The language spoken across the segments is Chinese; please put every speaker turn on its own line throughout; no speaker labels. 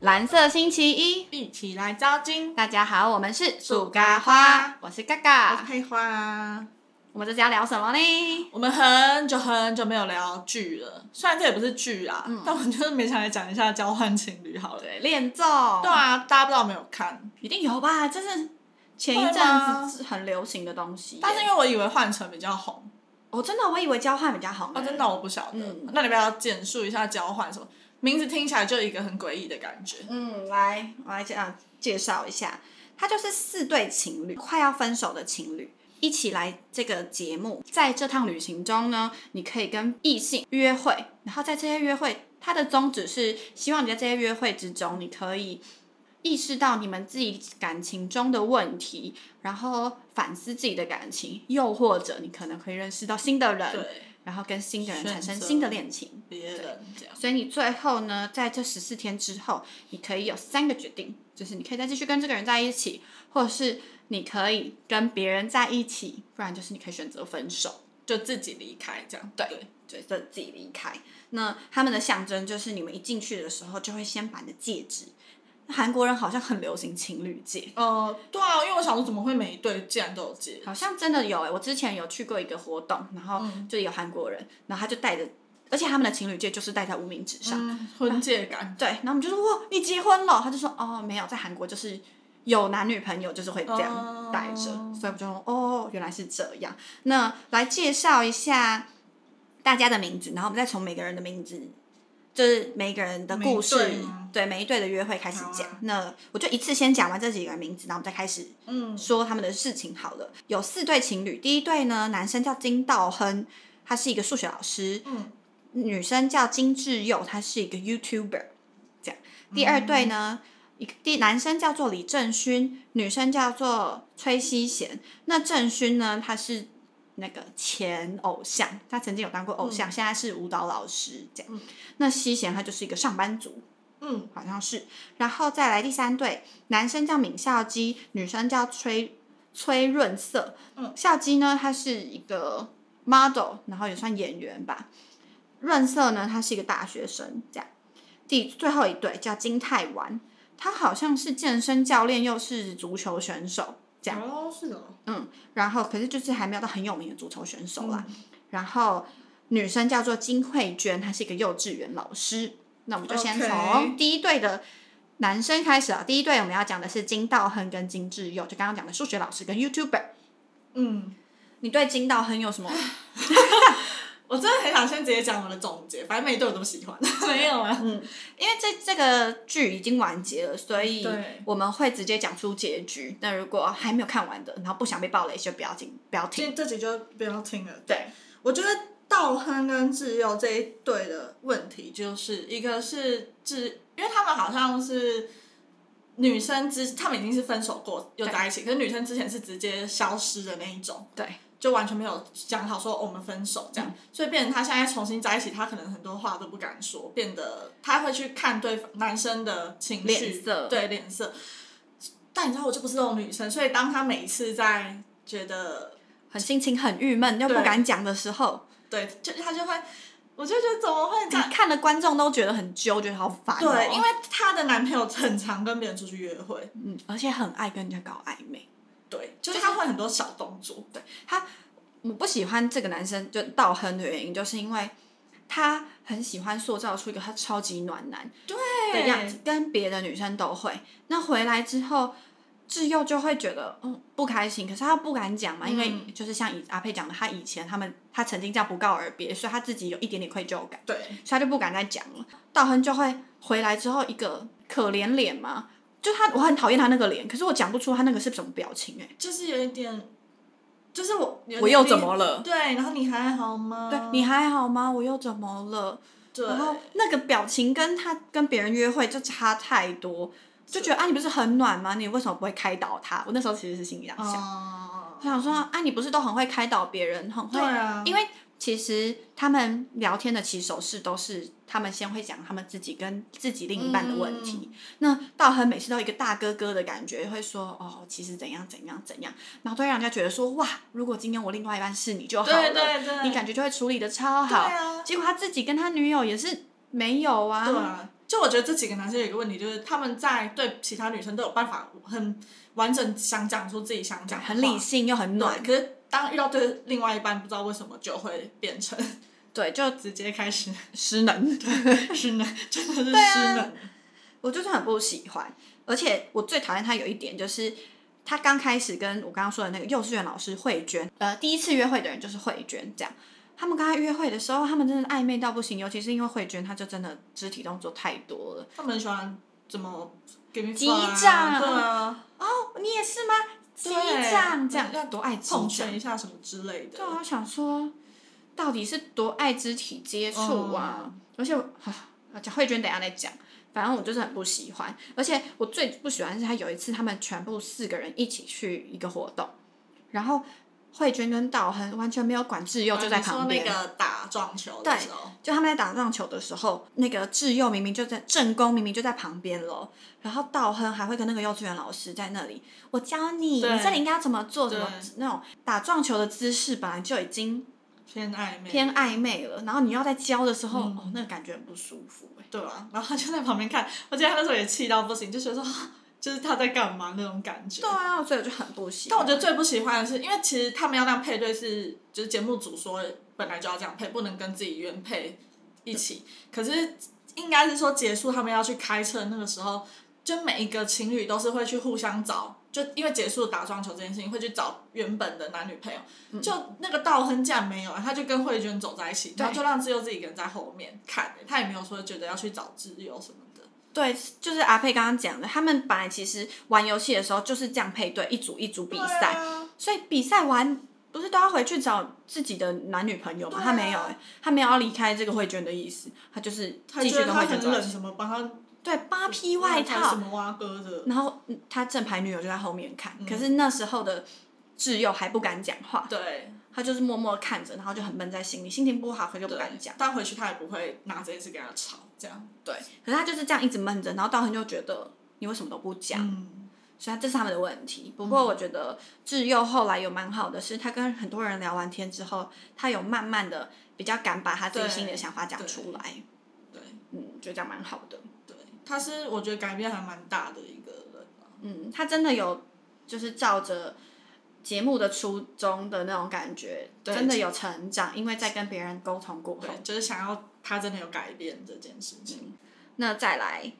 蓝色星期一，
一起来招金，
大家好，我们是
树咖花，
我是嘎
我
嘎
是。佩花。啊
我们这次要聊什么呢？
我们很久很久没有聊剧了，虽然这也不是剧啦，但我们就是勉强来讲一下交换情侣好了。嗯对
对，恋综。对
啊，大家不知道有没有看，
一定有吧？这是前一
会吗
阵子很流行的东西耶。
但是因为我以为换成比较红，
我哦真的我以为交换比较好。
哦，真的。我不晓得。
嗯
那你不要简述一下交换什么？名字听起来就一个很诡异的感觉。
嗯，来，我来这样介绍一下，它就是四对情侣，快要分手的情侣。一起来这个节目，在这趟旅行中呢，你可以跟异性约会，然后在这些约会，它的宗旨是希望你在这些约会之中，你可以意识到你们自己感情中的问题，然后反思自己的感情，又或者你可能可以认识到新的人，
对，
然后跟新的人产生
选择
新的恋情。
别人这样。
所以你最后呢，在这十四天之后，你可以有三个决定，就是你可以再继续跟这个人在一起，或者是你可以跟别人在一起，不然就是你可以选择分手，
就自己离开这样，对，
对，这自己离开。那他们的象征就是你们一进去的时候，就会先把你的戒指。韩国人好像很流行情侣戒，
呃，对啊，因为我想说怎么会每一对竟然都有接，
好像真的有哎、我之前有去过一个活动，然后就有韩国人，然后他就带着，而且他们的情侣戒就是戴在无名指上，
嗯，婚戒感，
对，然后我们就说哇，你结婚了？他就说哦，没有，在韩国就是有男女朋友就是会这样
哦
带着，所以我就说哦，原来是这样。那来介绍一下大家的名字，然后我们再从每个人的名字，就是每个人的
每一
故事
对吗，
对每一对的约会开始
好啊
讲。那我就一次先讲完这几个人名字，然后我们再开始
嗯，
说他们的事情好了。有四对情侣，第一对呢，男生叫金道亨，他是一个数学老师，
嗯，
女生叫金智佑，他是一个 YouTuber，这样。第二对呢，一个第男生叫做李正勋，女生叫做崔熙贤。那正勋呢，他是那个前偶像，他曾经有当过偶
嗯
像，现在是舞蹈老师这样。那熙贤他就是一个上班族，
嗯，
好像是。然后再来第三对，男生叫闵孝基，女生叫崔崔润色。
嗯，
孝基呢，他是一个 model，然后也算演员吧。润色呢，他是一个大学生。这样，第最后一对叫金泰完，他好像是健身教练，又是足球选手。这样，
哦，是哦，
嗯，然后可是就是还没有到很有名的足球选手啦。
嗯
然后女生叫做金慧娟，她是一个幼稚园老师。那我们就先
OK
从第一队的男生开始啊。第一队我们要讲的是金道亨跟金智佑，就刚刚讲的数学老师跟 YouTuber。
嗯，
你对金道亨有什么？
我真的很想先直接讲我的总结，反正每一对我都喜欢，没有 啊，
嗯，因为这这个剧已经完结了，所以
对
我们会直接讲出结局。那如果还没有看完的，然后不想被暴雷，就不要听，不要听。
这这集就不要听了。
对，
我觉得道亨跟智佑这一对的问题，就是一个是智，因为他们好像是女生之，他们已经是分手过又在一起，可是女生之前是直接消失的那一种，
对，
就完全没有讲好说、哦我们分手这样，
嗯
所以变成他现在重新在一起，他可能很多话都不敢说，变得他会去看对方男生的情绪，
脸色
对脸色。但你知道我就不是这种女生，所以当他每一次在觉得
很心情很郁闷又不
对
敢讲的时候，
对，就他就会，我就觉得怎么会这样？
看的观众都觉得很揪，觉得好烦、哦。
对，因为她的男朋友很常跟别人出去约会，
嗯，而且很爱跟人家搞暧昧。
对，就是他会很多小动作，对，
我不喜欢这个男生，就道亨的原因，就是因为他很喜欢塑造出一个他超级暖男的样子，跟别的女生都会。那回来之后，智佑就会觉得嗯不开心，可是他不敢讲嘛，因为
嗯
就是像以阿佩讲的，他以前他们他曾经这样不告而别，所以他自己有一点点愧疚感。
对，
所以他就不敢再讲了。道亨就会回来之后一个可怜脸嘛，就他我很讨厌他那个脸，可是我讲不出他那个是什么表情哎、
就是有一点，就是我
我又怎么了？
对，然后你还好吗？
对你还好吗？我又怎么了？
对，
然后那个表情跟他跟别人约会就差太多，就觉得啊你不是很暖吗？你为什么不会开导他？我那时候其实是心里这样想，
哦
我想说啊你不是都很会开导别人，很会
对啊，
因为其实他们聊天的起手式都是他们先会讲他们自己跟自己另一半的问题。
嗯
那道亨每次都有一个大哥哥的感觉，会说哦，其实怎样怎样怎样，然后都会让人家觉得说哇，如果今天我另外一半是你就好了，
对对对
你感觉就会处理的超好。
对啊
结果他自己跟他女友也是没有啊，
对啊，就我觉得这几个男生有一个问题，就是他们在对其他女生都有办法很完整想讲出自己想讲的话，
很理性又很暖
对。。可是当遇到对另外一半，不知道为什么就会 变成
对，就
直接开始
失能。
失能， 真的是失
啊
能。
我就是很不喜欢，而且我最讨厌他有一点就是，他刚开始跟我刚刚说的那个幼稚园老师慧娟，呃，第一次约会的人就是慧娟这样。他们刚开始约会的时候，他们真的暧昧到不行，尤其是因为慧娟，她就真的肢体动作太多了。
他们很喜欢怎么给你
击掌
对啊，
哦，你也是吗？击
对
掌这样，
要
多爱
碰
击掌
拳一下什么之类的
对。啊，我想说，到底是多爱肢体接触啊？
哦
而且我， 啊，讲慧娟等一下再讲。反正我就是很不喜欢，而且我最不喜欢的是他有一次他们全部四个人一起去一个活动，然后慧娟跟道恒完全没有管智佑，就在旁边。
哦你说那个打撞球的时候，
就他们在打撞球的时候，那个智佑明明就在正宫，明明就在旁边喽，然后道亨还会跟那个幼稚园老师在那里，我教你，
对
你这里应该要怎么做，怎么
对
那种打撞球的姿势本来就已经
偏暧昧，
偏暧昧了，然后你要在教的时候，哦，那个感觉很不舒服、欸。
对啊。然后他就在旁边看，我记得他那时候也气到不行，就觉得说就是他在干嘛那种感觉。
对啊，所以我就很不喜
但
欢。
我觉得最不喜欢的是，因为其实他们要那样配对是，就是节目组说本来就要这样配，不能跟自己原配一起。可是应该是说结束他们要去开车那个时候，就每一个情侣都是会去互相找，就因为结束打撞球这件事情会去找原本的男女朋友。就那个道亨竟然没有啊，他就跟慧娟走在一起，然后就让自由自己一个人在后面看、欸他也没有说觉得要去找自由什么的。
对，就是阿佩刚刚讲的，他们本来其实玩游戏的时候就是这样配对，一组一组比赛，
对啊
所以比赛完不是都要回去找自己的男女朋友吗？
对啊
他没有、欸，他没有要离开这个慧娟的意思，他就是
他
继
觉
续
得
跟
他
慧娟
很
走在
冷，
一起。
什么帮他
对，扒皮外
什
套，
么挖哥的。
然后嗯他正牌女友就在后面看，可是那时候的挚友还不敢讲话，
对，
他就是默默看着，然后就很闷在心里，心情不好，他就不敢讲。
但回去他也不会拿这件事跟他吵，这样对，
可是他就是这样一直闷着，然后道亨就觉得你为什么都不讲，
嗯，
所以他这是他们的问题。不过我觉得智佑后来有蛮好的是，他跟很多人聊完天之后，他有慢慢的比较敢把他自己
对
心里的想法讲出来，
对
嗯，就这样蛮好的。
对，他是我觉得改变还蛮大的一个人啊，
嗯，他真的有就是照着节目的初衷的那种感觉，
对
真的有成长，因为在跟别人沟通过后
对，就是想要他真的有改变这件事情，
嗯那再来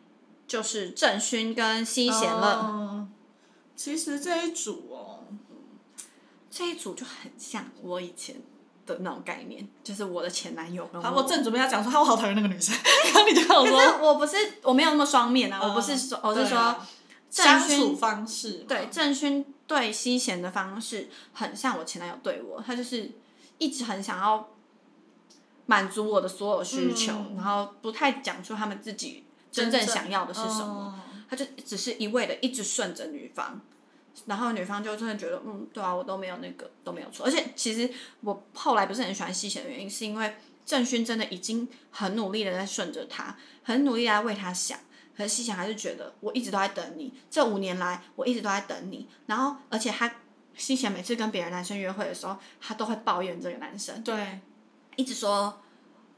就是郑勋跟西贤了。
嗯其实这一组哦，
这一组就很像我以前的那种概念，就是我的前男友跟
好，
我。
啊我正准备要讲说，他我好讨厌那个女生， 然后你就跟我
可
说，
是我不是我没有那么双面啊，
嗯
我不是说我是
对
说
啊
郑
相
勋
处方式嘛，
对郑勋对西贤的方式很像我前男友对我，他就是一直很想要满足我的所有需求，
嗯
然后不太讲出他们自己真正想要的
嗯
是什么，
么？
他就只是一味的一直顺着女方，然后女方就真的觉得，嗯，对啊，我都没有那个都没有错。而且其实我后来不是很喜欢西贤的原因，是因为郑勋真的已经很努力的在顺着他，很努力地在为他想。可是西贤还是觉得我一直都在等你，这五年来我一直都在等你。然后，而且他西贤每次跟别的男生约会的时候，他都会抱怨这个男生，
对，
一直说，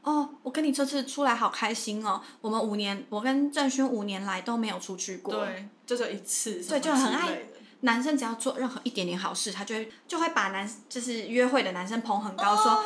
哦，我跟你这次出来好开心哦，我们五年，我跟郑勋五年来都没有出去过。
对，就只有一次什
对
么之
就
类的，
很爱男生只要做任何一点点好事，他就会就会把男就是约会的男生捧很高，说
哦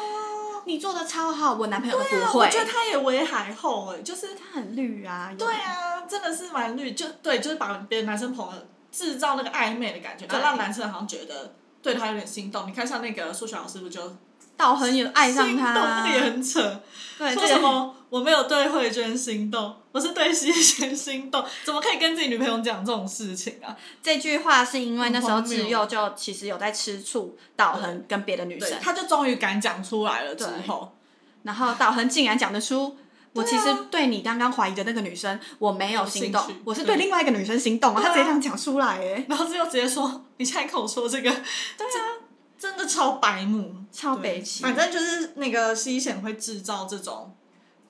你做的超好，我男朋友都不
对啊
会。
我觉得他也为海后哎，就是
他很绿啊，有
对啊，真的是蛮绿，就对，就是把别的男生朋友制造那个暧昧的感觉，然后
对
让男生好像觉得对他有点心动。你看像那个数学老师不就
道很有爱上
心动，
他啊
那个，也很扯，
对，
说
这
什
个
么我没有对慧娟心动，我是对西贤心动，怎么可以跟自己女朋友讲这种事情啊？
这句话是因为那时候
很荒谬
智佑就其实有在吃醋道恒跟别的女
对
生，，
他就终于敢讲出来了之后，
然后道恒竟然讲得出。我其实对你刚刚怀疑的那个女生，我没有心动
啊有兴趣，
我是对另外一个女生心动啊，
对啊
他直接这样讲出来，哎，
然后就直接说你现在跟我说这个，对啊，真的超白目。
超
对
北齐。
反正就是那个西显会制造这种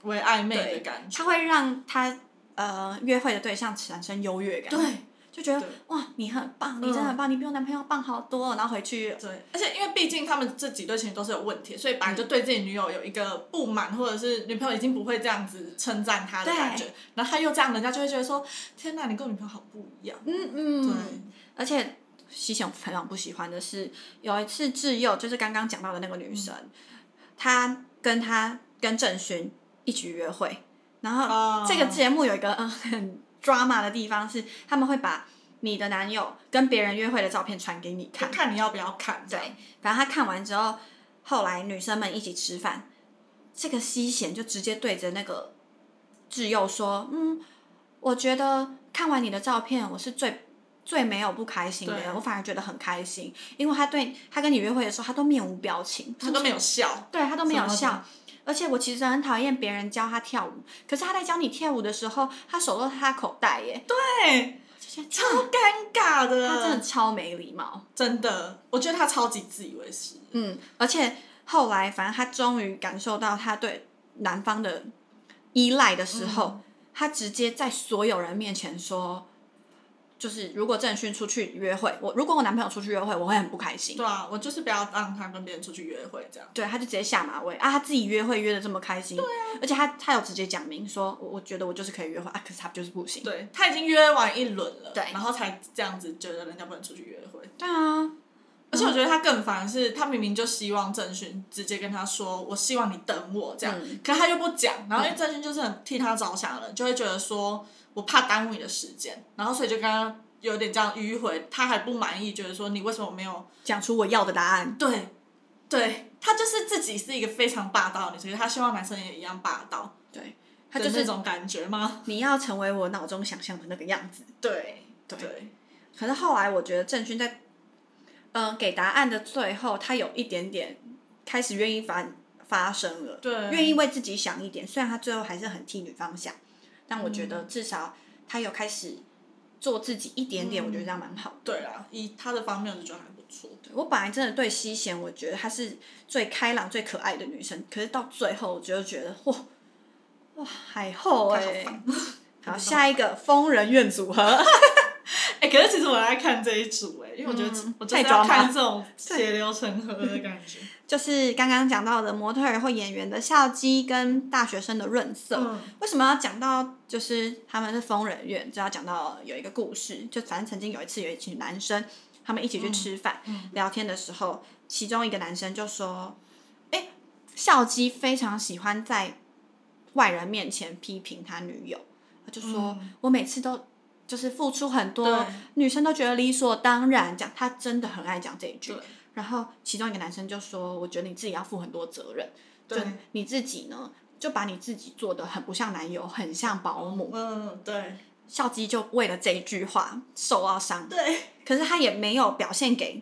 为暧昧的感觉，
他会让他呃约会的对象产生优越感，
对，
就觉得
对嗯
哇，你很棒，你真的很棒，你比我男朋友棒好多哦。然后回去
对，而且因为毕竟他们这几对情侣都是有问题，所以本来就对自己女友有一个不满，或者是女朋友已经不会这样子称赞他的感觉，然后他又这样，人家就会觉得说：天哪，你跟我女朋友好不一样。
嗯嗯，而且西贤非常不喜欢的是，有一次智佑就是刚刚讲到的那个女生，
嗯
她跟她跟郑勋一起约会，然后
哦
这个节目有一个嗯很 drama 的地方是，他们会把你的男友跟别人约会的照片传给你看
看，看你要不要看，
对，反正他看完之后，后来女生们一起吃饭，这个西贤就直接对着那个智佑说：“嗯，我觉得看完你的照片，我是最最没有不开心的
对，
我反而觉得很开心，因为他对他跟你约会的时候，他都面无表情，
他都没有笑，
对他都没有
什么
笑。而且我其实很讨厌别人教他跳舞，可是他在教你跳舞的时候，他手都在他口袋耶，
对，
对，
超尴尬的，
他真的超没礼貌。”
真的，我觉得他超级自以为是，
嗯，而且后来，反正她终于感受到她对男方的依赖的时候，她直接在所有人面前说，就是如果郑勋出去约会，我如果我男朋友出去约会，我会很不开心。
对啊，我就是不要让他跟别人出去约会这样，
对，她就直接下马威啊！她自己约会约的这么开心，对啊，而且她她有直接讲明说，我我觉得我就是可以约会啊，可是她就是不行。
对他已经约完一轮了，
对
然后才这样子觉得人家不能出去约会，
对啊，
而且我觉得他更烦的是，他明明就希望郑勋直接跟他说，我希望你等我这样，可他又不讲，然后因为郑勋就是很替他着想的人，就会觉得说我怕耽误你的时间，然后所以就跟他有点这样迂回，他还不满意，觉得说你为什么没有
讲出我要的答案，
对，对他就是自己是一个非常霸道的女生，他希望男生也一样霸道，
对，她
他
就
就是
是
那种感觉吗？
你要成为我脑中想象的那个样子。
对
对
对
可是后来我觉得郑勋在，嗯、给答案的最后，他有一点点开始愿意发发声了，
对
愿意为自己想一点。虽然他最后还是很替女方想，但我觉
嗯
得至少他有开始做自己一点点，我觉得这样蛮好的。
嗯对啦，以他的方面我就觉得还不错，
对我本来真的对西贤，我觉得她是最开朗、最可爱的女生，可是到最后，我就觉得哇哇海后哎、
她好烦
好，下一个疯人院组合。
哎、可是其实我爱看这一组哎、因为我觉得、
嗯
我就是
太抓
要
马
看这种血流成河的感觉。
就是刚刚讲到的模特儿或演员的校肌跟大学生的润色。
嗯
为什么要讲到就是他们是疯人院？就要讲到有一个故事，就反正曾经有一次有一群男生，他们一起去吃饭、聊天的时候，其中一个男生就说：“哎、校鸡非常喜欢在外人面前批评他女友，他就说、我每次都。”就是付出很多
嗯对，
女生都觉得理所当然。讲他真的很爱讲这一句
对，
然后其中一个男生就说：“我觉得你自己要负很多责任，就
对
你自己呢，就把你自己做的很不像男友，很像保姆。
嗯，对”
孝基就为了这一句话受到伤，
对，
可是他也没有表现给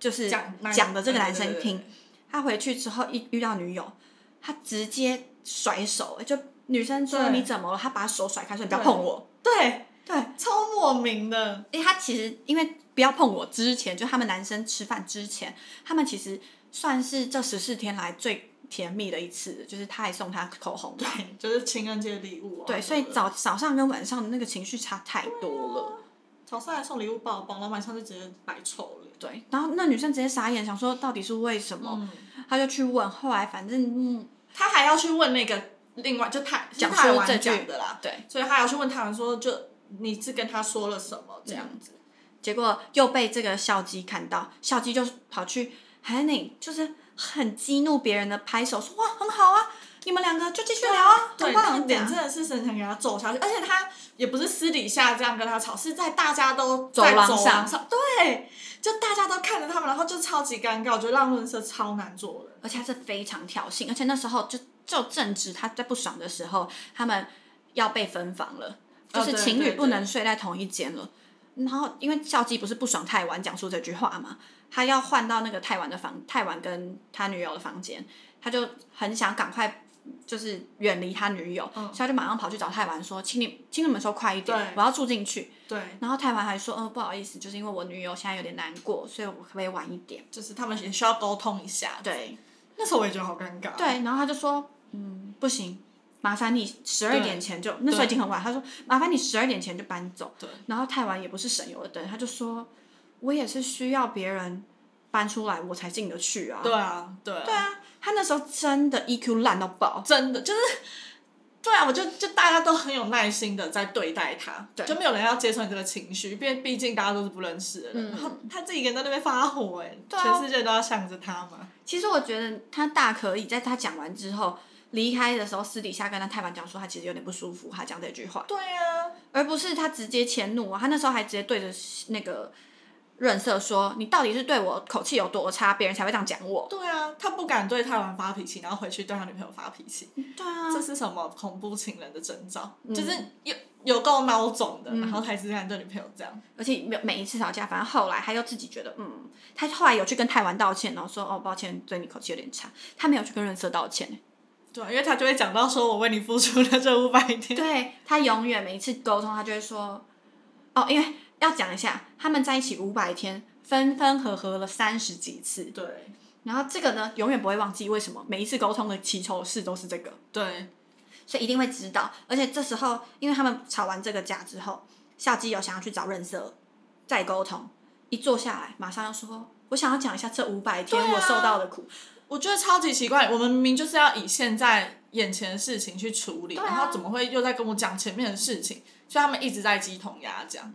就是
讲男
讲的这个男
对
生
对对
听。他回去之后一遇到女友，他直接甩手，就女生说
对
你怎么了？他把手甩开，说你不要
对
碰我。
对，哎
对，
超莫名的。
因为他其实因为不要碰我之前，就他们男生吃饭之前，他们其实算是这十四天来最甜蜜的一次，就是他还送她口红嘛。
对，就是情人节礼物、啊。
对，所以
什么的
早早上跟晚上的那个情绪差太多了。
早上还送礼物包包，然后晚上就直接摆臭了。
对，然后那女生直接傻眼，想说到底是为什
嗯
么？她就去问，后来反正嗯，
他还要去问那个另外就台
讲
是台
说
湾
这句
讲的啦，
对，
所以他还要去问台湾说，就你是跟他说了什么
嗯
这样子？
结果又被这个校鸡看到，校鸡就跑去喊你，就是很激怒别人的拍手说哇很好啊，你们两个就继续聊啊，
对，
很
那
棒，
个
这
点
样
真的是很想给他揍下去，而且他也不是私底下这样跟他吵，是在大家都在
走廊
走
上
廊上，对，就大家都看着他们，然后就超级尴尬，我觉得让润色超难做的。
而且他是非常挑衅，而且那时候就就正值他在不爽的时候，他们要被分房了，就
哦
是
对
情侣
对
不能睡在同一间了。然后因为孝基不是不爽太晚讲出这句话嘛，他要换到那个太晚的房，太晚跟他女友的房间，他就很想赶快。就是远离他女友，所以他就马上跑去找太晚说：“请你，请你们说快一点
嗯对，
我要住进去。
对，”
然后太晚还说：“嗯、不好意思，就是因为我女友现在有点难过，所以我可不可以晚一点
就是他们也需要沟通一下。？”，
对，
那时候我也觉得好尴尬。
对，然后他就说，嗯，不行。麻烦你十二点前就，那时候已经很晚。他说麻烦你十二点前就搬走。
对。
然后太晚也不是省油的灯，他就说，我也是需要别人搬出来我才进得去啊。
对啊，对啊，
对啊，他那时候真的 EQ 烂到爆。
真的就是，对啊，我就就大家都很有耐心的在对待他，
对
就没有人要接受你这个情绪，毕毕竟大家都是不认识的人，
嗯
然后他自己一个人在那边发火、哎、
对啊
全世界都要向着他嘛，
其实我觉得他大可以在他讲完之后离开的时候，私底下跟他太板讲说他其实有点不舒服，他讲这句话，
对啊，
而不是他直接迁怒啊。他那时候还直接对着那个润色说：“你到底是对我口气有多差，别人才会这样讲我
对啊，他不敢对泰文发脾气，然后回去对他女朋友发脾气，？”
对啊
这是什么恐怖情人的征兆？
嗯
就是有有够孬种的，然后才只敢对女朋友这样。
而且每每一次吵架，反正后来他又自己觉得，嗯，他后来有去跟台湾道歉，然后说，哦，抱歉，对你口气有点差。他没有去跟润色道歉，
对啊，因为他就会讲到说我为你付出了这五百天。
对他永远每一次沟通，他就会说，哦，因为要讲一下，他们在一起五百天，分分合合了三十几次，
对
然后这个呢，永远不会忘记为什么每一次沟通的起头式都是这个，
对
所以一定会知道。而且这时候，因为他们吵完这个架之后，夏基有想要去找润色再沟通，一坐下来马上又说。我想要讲一下这五百天
对啊
我受到的苦，
我觉得超级奇怪，我们明明就是要以现在眼前的事情去处理，
对啊
然后怎么会又在跟我讲前面的事情？所以他们一直在鸡同鸭讲。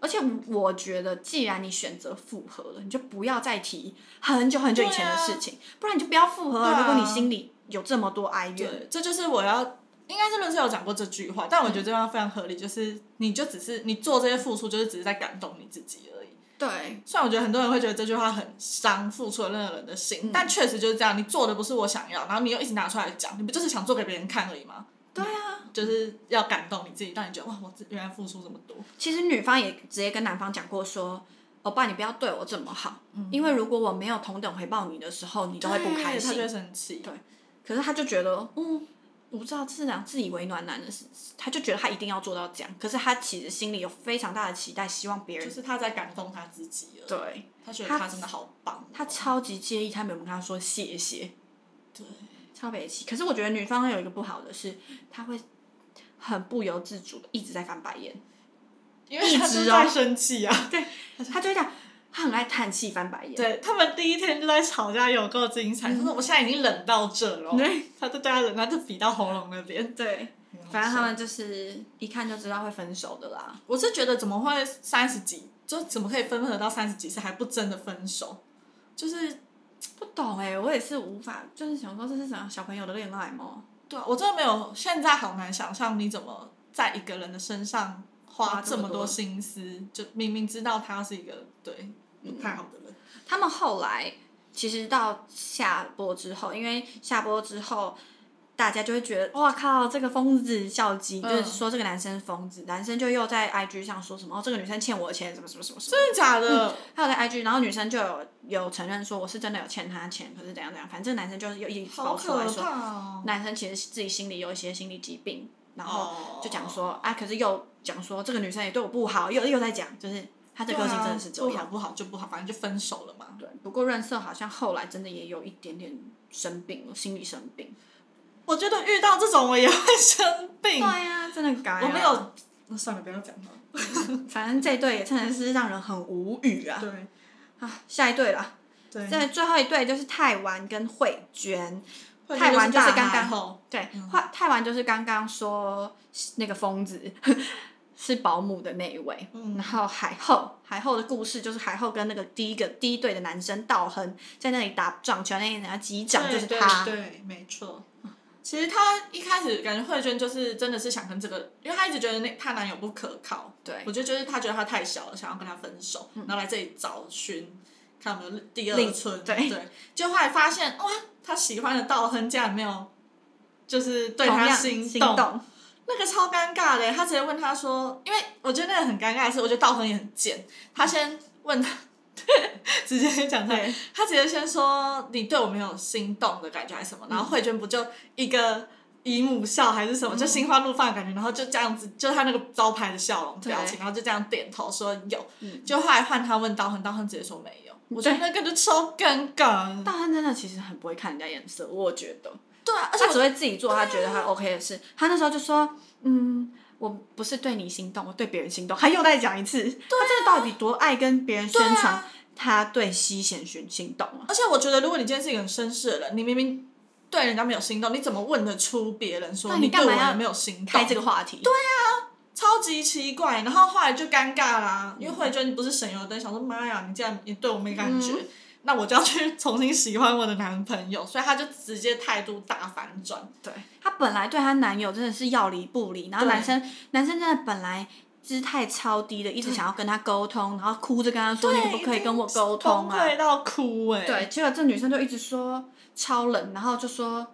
而且我觉得，既然你选择复合了，你就不要再提很久很久以前的事情，不然你就不要复合
对啊
如果你心里有这么多哀怨，
对，这就是我要。应该是论是有讲过这句话，但我觉得这句话非常合理，就是你就只是你做这些付出，就是只是在感动你自己而已。
对
虽然我觉得很多人会觉得这句话很伤付出了那个人的
嗯
心，但确实就是这样。你做的不是我想要，然后你又一直拿出来讲，你不就是想做给别人看而已吗？
对啊。
就是要感动你自己，让你觉得哇，我自原来付出这么多。
其实女方也直接跟男方讲过说：“欧巴，你不要对我这么好，
嗯
因为如果我没有同等回报你的时候，你都会不开
对他就
心
会。生气。对，”
可是他就觉得，嗯，我不知道这是两自以为暖男的事，他就觉得他一定要做到这样。可是他其实心里有非常大的期待，希望别
就
人
是他在感动他自己了。
对
他觉得他真的好棒。
他超级介意，他没有跟他说谢谢。
对，
超北气。可是我觉得女方有一个不好的是，她会很不由自主的一直在翻白眼，
因为他
一直
是
哦
在生气啊。对
她就会讲，她很爱叹气翻白眼。
对，他们第一天就在吵架，有够精彩。他说我现在已经冷到这了哦，
嗯对
他就对他冷，他就比到喉咙那边。
对，反正他们就是一看就知道会分手的啦。
我是觉得怎么会三十几，就怎么可以分合到三十几次还不真的分手？就是
不懂哎、我也是无法，就是想说这是什么小朋友的恋爱吗？
对啊，我真的没有，现在好难想象你怎么在一个人的身上花
花这
这
么
么多
多
心思，就明明知道他是一个对不太好的人，
他们后来其实到下播之后，因为下播之后。大家就会觉得，哇靠，这个疯子校鸡，就是
嗯
说这个男生是疯子，男生就又在 IG 上说什么，哦，这个女生欠我的钱，什么什么什么什么。
真的 假的？
他有在 IG，然后女生就有有承认说我是真的有欠他钱，可是怎样怎样，反正这个男生就是有一直
好
爆出
可
来说，
怕哦！
男生其实自己心里有一些心理疾病，然后
哦
就讲说、啊，可是又讲说这个女生也对我不好，又又在讲，就是他的
对
个性
啊
真的是这
不
样。
好不好就不好，反正就分手了嘛。
对，不过润色好像后来真的也有一点点生病了，心理生病。
我觉得遇到这种我也会生病。
哎呀、真的该、
我没有，，那算了，不要讲了。
反正这一对也真的是让人很无语啊。
对
啊，下一对啦，
对，
在最后一对就是泰完跟慧娟。
会不会
太晚就是
大
刚
麻
刚
后嗯
对，太太完就是刚刚说那个疯子 是保姆的那一位，
嗯
然后海后，海后的故事就是海后跟那个第一个第一队的男生道亨在那里打撞球，那里人家击掌就是
对
他，
对对，没错。其实她一开始感觉慧娟就是真的是想跟这个，因为她一直觉得那她男友不可靠。
对嗯
我就觉得她觉得她太小了，想要跟他分手，然后来这里找寻看有没有第二
另
春。
对
对，就后来发现哇，她喜欢的道亨竟然没有，就是对
同
她
样
心
心
动，那个超尴尬的，欸他直接问他说，因为我觉得那个很尴尬的是，我觉得道恒也很贱，他先问他，直接讲他
对，
他直接先说你对我没有心动的感觉还是什么，然后慧娟不就一个姨母笑还是什么，就心花怒放的感觉，然后就这样子，就他那个招牌的笑容表情，
对
然后就这样点头说有，就后来换他问道恒，道恒直接说没有，我觉得那个就超尴尬的。
道亨真的其实很不会看人家眼色，我觉得
对啊，而且啊
他只会自己做他觉得他 OK 的事。他那时候就说，嗯，我不是对你心动，我对别人心动。他又再讲一次，他这个到底多爱跟别人宣
啊对
传
啊
他对西贤勋心动啊？
而且我觉得，如果你今天是一个很绅士的人，你明明对人家没有心动，你怎么问得出别人说
对你
对
干
我
嘛要
也没有心动？
开这个话题，
超级奇怪，然后后来就尴尬啦，因为慧娟不是省油灯，想说妈呀，你竟然也对我没感觉，
嗯
那我就要去 重新喜欢我的男朋友，所以她就直接态度大反转。
对，她本来对她男友真的是要理不理，然后
对
男生男生真的本来姿态超低的，一直想要跟她沟通，然后哭着跟她说：“你可不可以跟我沟通啊
崩溃到哭哎、？”
对，结果这女生就一直说超冷，然后就说。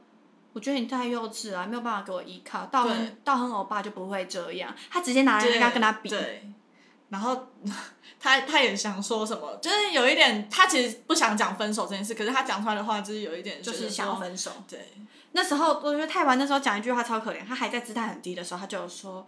我觉得你太幼稚了，没有办法给我依靠。道
对
亨道亨欧巴就不会这样，他直接拿来跟他跟他比，
对，然后 他他也想说什么，就是有一点，他其实不想讲分手这件事，可是他讲出来的话就是有一点
就
觉
是
得
想要
说
分手。
对，
那时候我觉得泰完那时候讲一句话超可怜，他还在姿态很低的时候，他就有说：“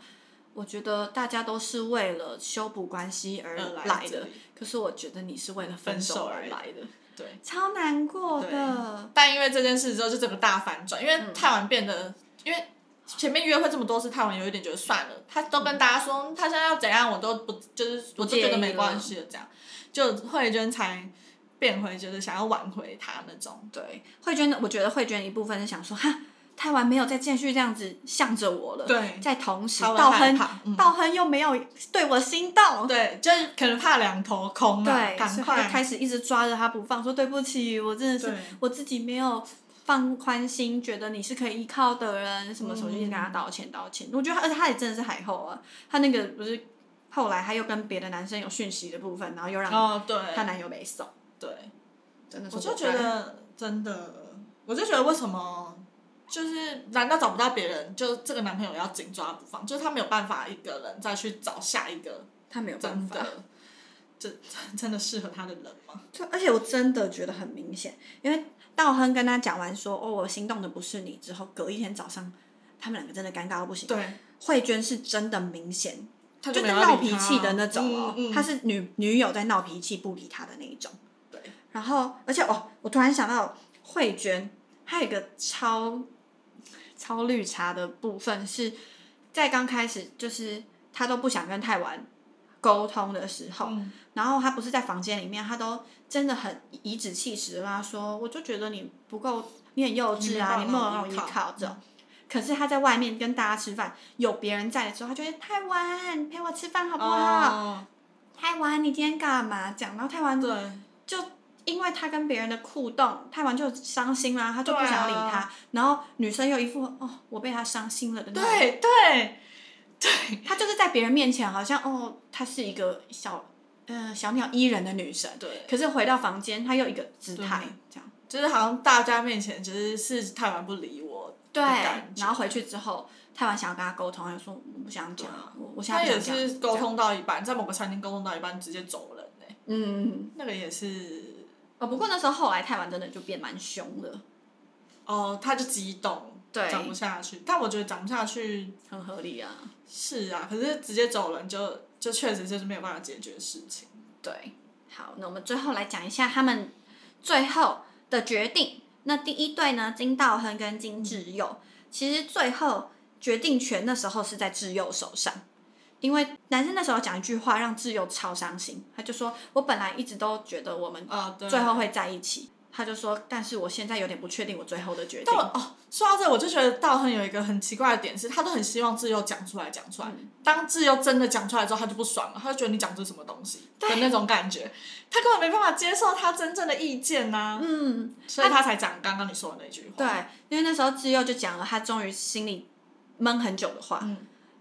我觉得大家都是为了修补关系而
而嗯来
来
这
的
里，
可是我觉得你是为了分手而来的，
对。
超难过的。
但因为这件事之后，就整个大反转，
嗯
因为泰文变得，因为前面约会这么多次，泰文有一点觉得算了，他都跟大家说、嗯他现在要怎样，我都不就是我都觉得没关系了，这样就慧娟才变回觉得想要挽回他那种。
对，慧娟，我觉得慧娟一部分是想说，哈，泰完没有再继续这样子向着我了。
对
在同时，
她会
道
害
亨
怕嗯
道亨又没有对我心动。
对，就是可能怕两头空啊，
对，所
赶
以他
快
就开始一直抓着他不放，说对不起，我真的是
对
我自己没有放宽心，觉得你是可以依靠的人，什么什么，就一直跟他道歉道歉。我觉得他，而且他也真的是海后啊，他那个不是后来他又跟别的男生有讯息的部分，然后又让
哦，对
她男友没送，
对，
真的是
我就
活
觉
该
得真的，我就觉得为什么就是难道找不到别人，就这个男朋友要紧抓不放，就是他没有办法一个人再去找下一个
他没有办
真
法。
的，这真的适合他的人吗？
对，而且我真的觉得很明显，因为道亨跟他讲完说哦我心动的不是你之后，隔一天早上他们两个真的尴尬到不行。
对，
慧娟是真的明显
他
就是
没有
闹
要理
脾
他
气的那种哦，
嗯嗯、
她是女女友在闹脾气不理他的那一种。
对，
然后而且哦，我突然想到慧娟，她有一个超超绿茶的部分是在刚开始，就是她都不想跟泰完沟通的时候，
嗯
然后她不是在房间里面，她都真的很颐指气使的跟他说，我就觉得你不够，你很幼稚啊，
你
你没
没有
有让
办法
我依
依靠
靠这种。可是他在外面跟大家吃饭，有别人在的时候，他就会太晚陪我吃饭好不好？
哦，
太晚，你今天干嘛？讲到太晚，
对，
就因为他跟别人的互动，太晚就伤心啦、他就不想要理他。
对
然后女生又一副哦，我被他伤心了的那种。
对对
他就是在别人面前好像哦，她是一个小呃小鸟依人的女生，
对，
可是回到房间，她又一个姿态
对
这样。
就是好像大家面前就是是太晚不理我，
对
感，觉
然后回去之后，太晚想要跟他沟通，他就说我不想讲，我我现
他
在
也
不想
是
讲
沟，通到一半，在某个餐厅沟通到一半直接走人呢、
嗯，
那个也是，
哦，不过那时候后来太晚真的就变蛮凶的，
哦，他就激动，
对
讲不下去，但我觉得讲不下去
很合理啊。
是啊，可是直接走人就就确实就是没有办法解决事情。
对，好，那我们最后来讲一下他们最后的决定。那第一对呢，金道亨跟金智佑，其实最后决定权那时候是在智佑手上，因为男生那时候讲一句话让智佑超伤心，他就说：“我本来一直都觉得我们
啊，对。
最后会在一起。”他就说：“但是我现在有点不确定我最后的决定
但。我哦，说到这，我就觉得道亨有一个很奇怪的点是，他都很希望自由讲出来，讲出来。
嗯
当自由真的讲出来之后，他就不爽了，他就觉得你讲出什么东西的那种感觉，他根本没办法接受他真正的意见呐、”
嗯，
所以他才讲刚刚你说的那句话。
对，因为那时候智佑就讲了他终于心里闷很久的话，
嗯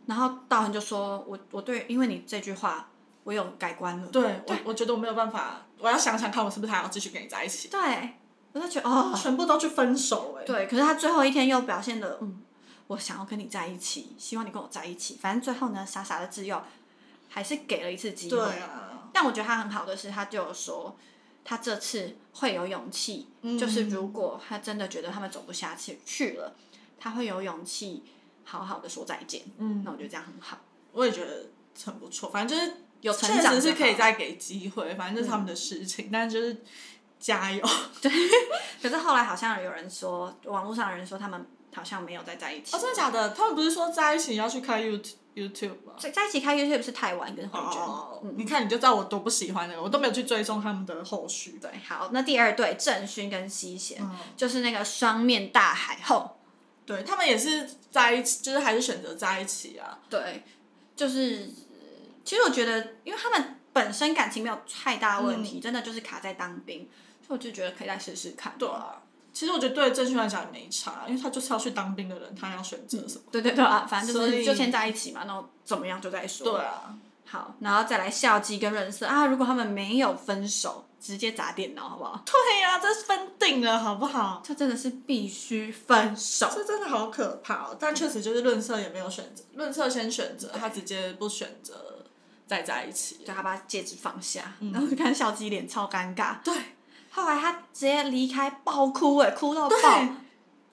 然后道恒就说：“我我对，因为你这句话，我有改观了。
对，我我觉得我没有办法，我要想想看，我是不是还要继续跟你在一起？
对”我就觉得哦，
全部都去分手哎、
对。可是他最后一天又表现的，嗯，我想要跟你在一起，希望你跟我在一起。反正最后呢，傻傻的智佑还是给了一次机会。
对啊，
但我觉得他很好的是，他就有说，他这次会有勇气，
嗯
就是如果他真的觉得他们走不下去去了，他会有勇气好好的说再见。
嗯，
那我觉得这样很好，
我也觉得很不错，反正就是
有成
确
长
实是
就
可以
好嗯
再给机会，反正这是他们的事情，但是就是加油！
可是后来好像有人说，网络上有人说他们好像没有再在一起。
哦，真的假的？他们不是说在一起要去看 YouTube YouTube 吗？
在在一起开 YouTube 是泰晚跟黄娟。
哦，你看你就知道我多不喜欢那个，我都没有去追踪他们的后续。对，
好，那第二对郑勋跟西贤，
嗯
就是那个双面大海后，
对他们也是在一起，就是还是选择在一起啊。
对，就是呃其实我觉得，因为他们本身感情没有太大问
嗯
题，真的就是卡在当兵，所以我就觉得可以再试试看。对
对啊，其实我觉得对郑勋来讲也没差，因为他就是要去当兵的人，他要选择什么？
对对对啊，反正就
所
是
以
就先在一起嘛，然后怎么样就再说。
对啊，
好，然后再来校纪跟润色啊，如果他们没有分手，直接砸电脑好不好？
对呀、这是分定了，好不好？
这真的是必须分手。
这真的好可怕哦！但确实就是论色也没有选择，论色先选择，他直接不选择再在一起。
就他把戒指放下，然后就看校纪脸超尴尬。
嗯对，
后来他直接离开爆哭哎、哭到爆。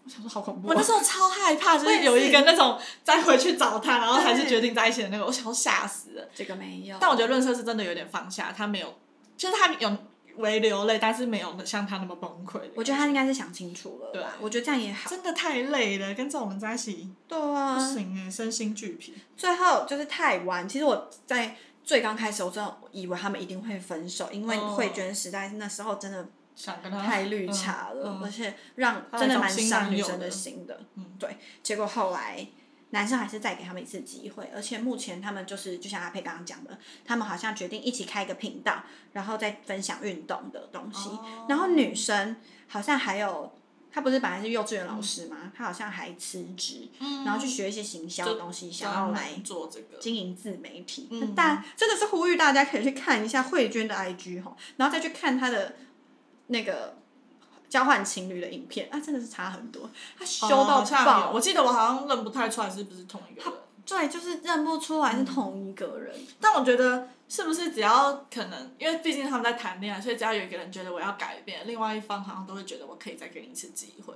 我想说好恐怖、哦
我那时候超害怕，就是有一个那种再回去找他，然后还是决定在一起的那个，我想要吓死了。
这个没有，
但我觉得论色是真的有点放下，他没有，就是他有微流泪，但是没有像他那么崩溃。
我觉得他应该是想清楚了。
对
吧？我觉得这样也好。
真的太累了，跟这种人在一起
对啊
不行哎，身心俱疲。
最后就是太晚。其实我在最刚开始，我真的以为他们一定会分手，因为
哦
慧娟实在是那时候真的
想跟他
太绿茶了，
嗯嗯
而且让
他
真的
那种
蛮
新
伤
男
女
友
生的
的
心的。
嗯
对。结果后来男生还是再给他们一次机会，而且目前他们就是就像阿佩刚刚讲的，他们好像决定一起开一个频道，然后再分享运动的东西。
哦
然后女生好像还有。她不是本来是幼稚园老师嘛，她好像还辞职，
嗯
然后去学一些行销的东西，嗯想要来
做这个。
经营自媒体。
嗯
但真的是呼吁大家可以去看一下慧娟的 IG 吼，然后再去看她的那个交换情侣的影片，啊，真的是差很多，她修
哦
到
好像有
爆，
我记得我好像认不太出来是不是同一个人，
对，就是认不出来是同一个人。
但我觉得是不是只要可能，因为毕竟他们在谈恋爱，所以只要有一个人觉得我要改变，另外一方好像都会觉得我可以再给你一次机会，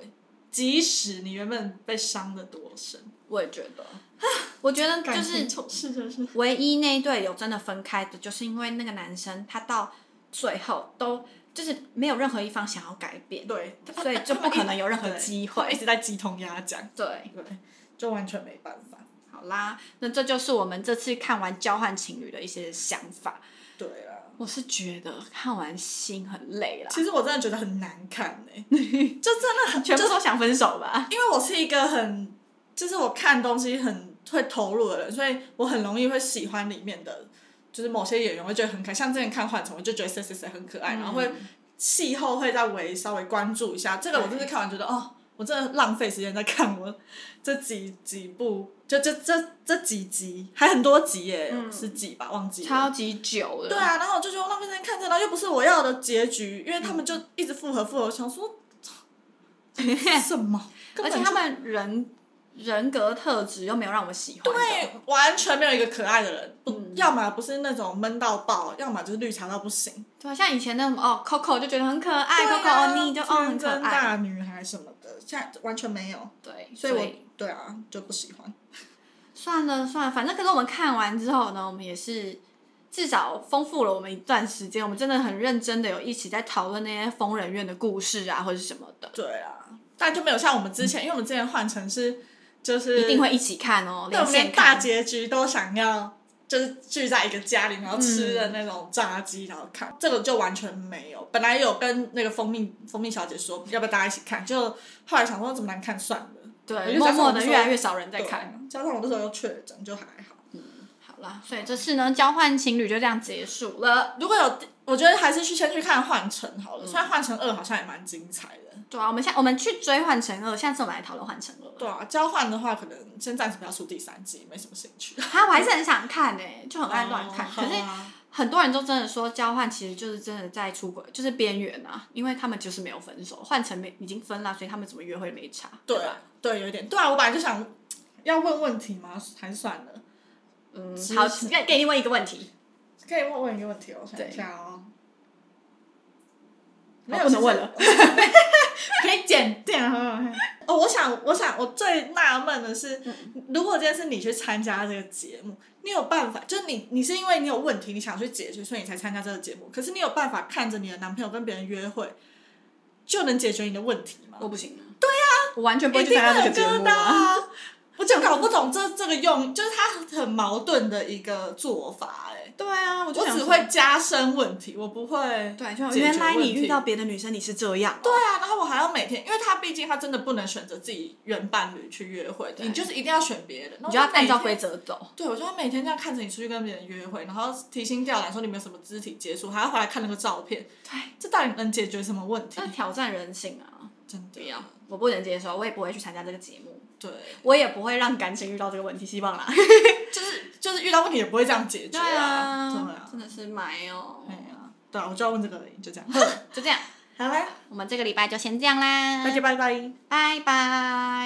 即使你原本被伤的多深，
我也觉得， 我觉得就
感
是
情总是就是
唯一那一对有真的分开的，就是因为那个男生他到最后都就是没有任何一方想要改变，
对，
所以就不可能有 任何
对
机
他们
会
一。直在鸡同鸭讲，
对，
对，就完全没办法，
好啦，那这就是我们这次看完交换情侣的一些想法。
对啦。
我是觉得看完心很累啦，
其实我真的觉得很难看哎、就真的很
全部都想分手吧。
因为我是一个很，就是我看东西很会投入的人，所以我很容易会喜欢里面的，就是某些演员，我会觉得很可爱。像之前看《幻城》，我就觉得谁谁谁很可
嗯
爱，然后会戏后会再微稍微关注一下。这个我就是看完觉得哦，我真的浪费时间在看我这几几部，就这这这几集，还很多集耶，
嗯
是几吧，忘记了。
超级久的，
对，啊，然后我就觉得我浪费时间看这，然后又不是我要的结局，因为他们就一直复合复合，我想说什么？根
而
本
且
就
他们人人格特质又没有让我喜欢的，
对，完全没有一个可爱的人，不，
嗯
要么不是那种闷到爆，要么就是绿茶到不行。
对，像以前那种哦，Coco 就觉得很可爱
对啊
，Coco 你就哦很可
天真
爱，
大女孩什么的，现在完全没有，
对，
所以我对啊就不喜欢。
算了算了，反正可是我们看完之后呢，我们也是至少丰富了我们一段时间，我们真的很认真的有一起在讨论那些疯人院的故事啊，或者是什么的，
对啊，但就没有像我们之前，因为我们之前换成是就
嗯
是
一定会一起看哦，
对，
连
我们
线
连大
看。
结局都想要，就是聚在一个家里，然后吃的那种炸鸡，然后看、这个就完全没有。本来有跟那个蜂蜜蜂蜜小姐说，要不要大家一起看，就后来想说怎么难看算了，
对，
就
默
假设
默
我
的
们
越
说
来越少人在
对
看。。
加上我那时候又确诊，就还好。
好啦，所以这次呢，交换情侣就这样结束了。
如果有，我觉得还是去先去看《幻城》好了，虽然《幻城二》好像也蛮精彩的。
对啊，我们下我们去追《换乘二》，下次我们来讨论《换乘二》。
对啊，交换的话可能先暂时不要出第三季，没什么兴趣。
哈，我还是很想看呢、就很爱乱看。
哦
可是
好啊
很多人都真的说，交换其实就是真的在出轨，就是边缘啊，因为他们就是没有分手，换成没已经分了，所以他们怎么约会没差，对
对
吧？
对，有一点。对啊，我本来就想要问问题吗？还是算了。
嗯，
其实
好，给给你问一个问题，
可以问问一个问题哦，我想
对
一下哦。
好不能问了。
可以剪掉。哦，我想，我想，我最纳闷的是，
嗯
如果今天是你去参加这个节目，你有办法，就是你，你是因为你有问题，你想去解决，所以你才参加这个节目。可是你有办法看着你的男朋友跟别人约会，就能解决你的问题吗？
我不行啊。对呀，我完全不会
一
去
定
参加
会
这
有
个节
疙
目
瘩
啊。
啊。我就搞不懂这这个用，就是它很矛盾的一个做法、哎，
对啊，我就
我
想
只
说
会加深问题，我不会
对，哎就
解决
原来
问
你
题
遇到别的女生你是这样哦、
对啊，然后我还要每天，因为他毕竟他真的不能选择自己原伴侣去约会，你就是一定要选别人，你
你就要按照规。则走。
对，我就要每天这样看着你出去跟别人约会，然后提心吊胆说你们有什么肢体接触，还要回来看那个照片，
对，
这到底能解决什么问题
这？挑战人性啊！
真的
不要，我不能接受，我也不会去参加这个节目，
对，
我也不会让感情遇到这个问题，希望 啦。
就是就是遇到问题也不会这样解 决对啊，
啊真的是埋哦、
对啊，对啊，我就要问这个而已，就 这样。
就这样，
好嘞，
我们这个礼拜就先这样啦，
大家拜拜。
拜拜。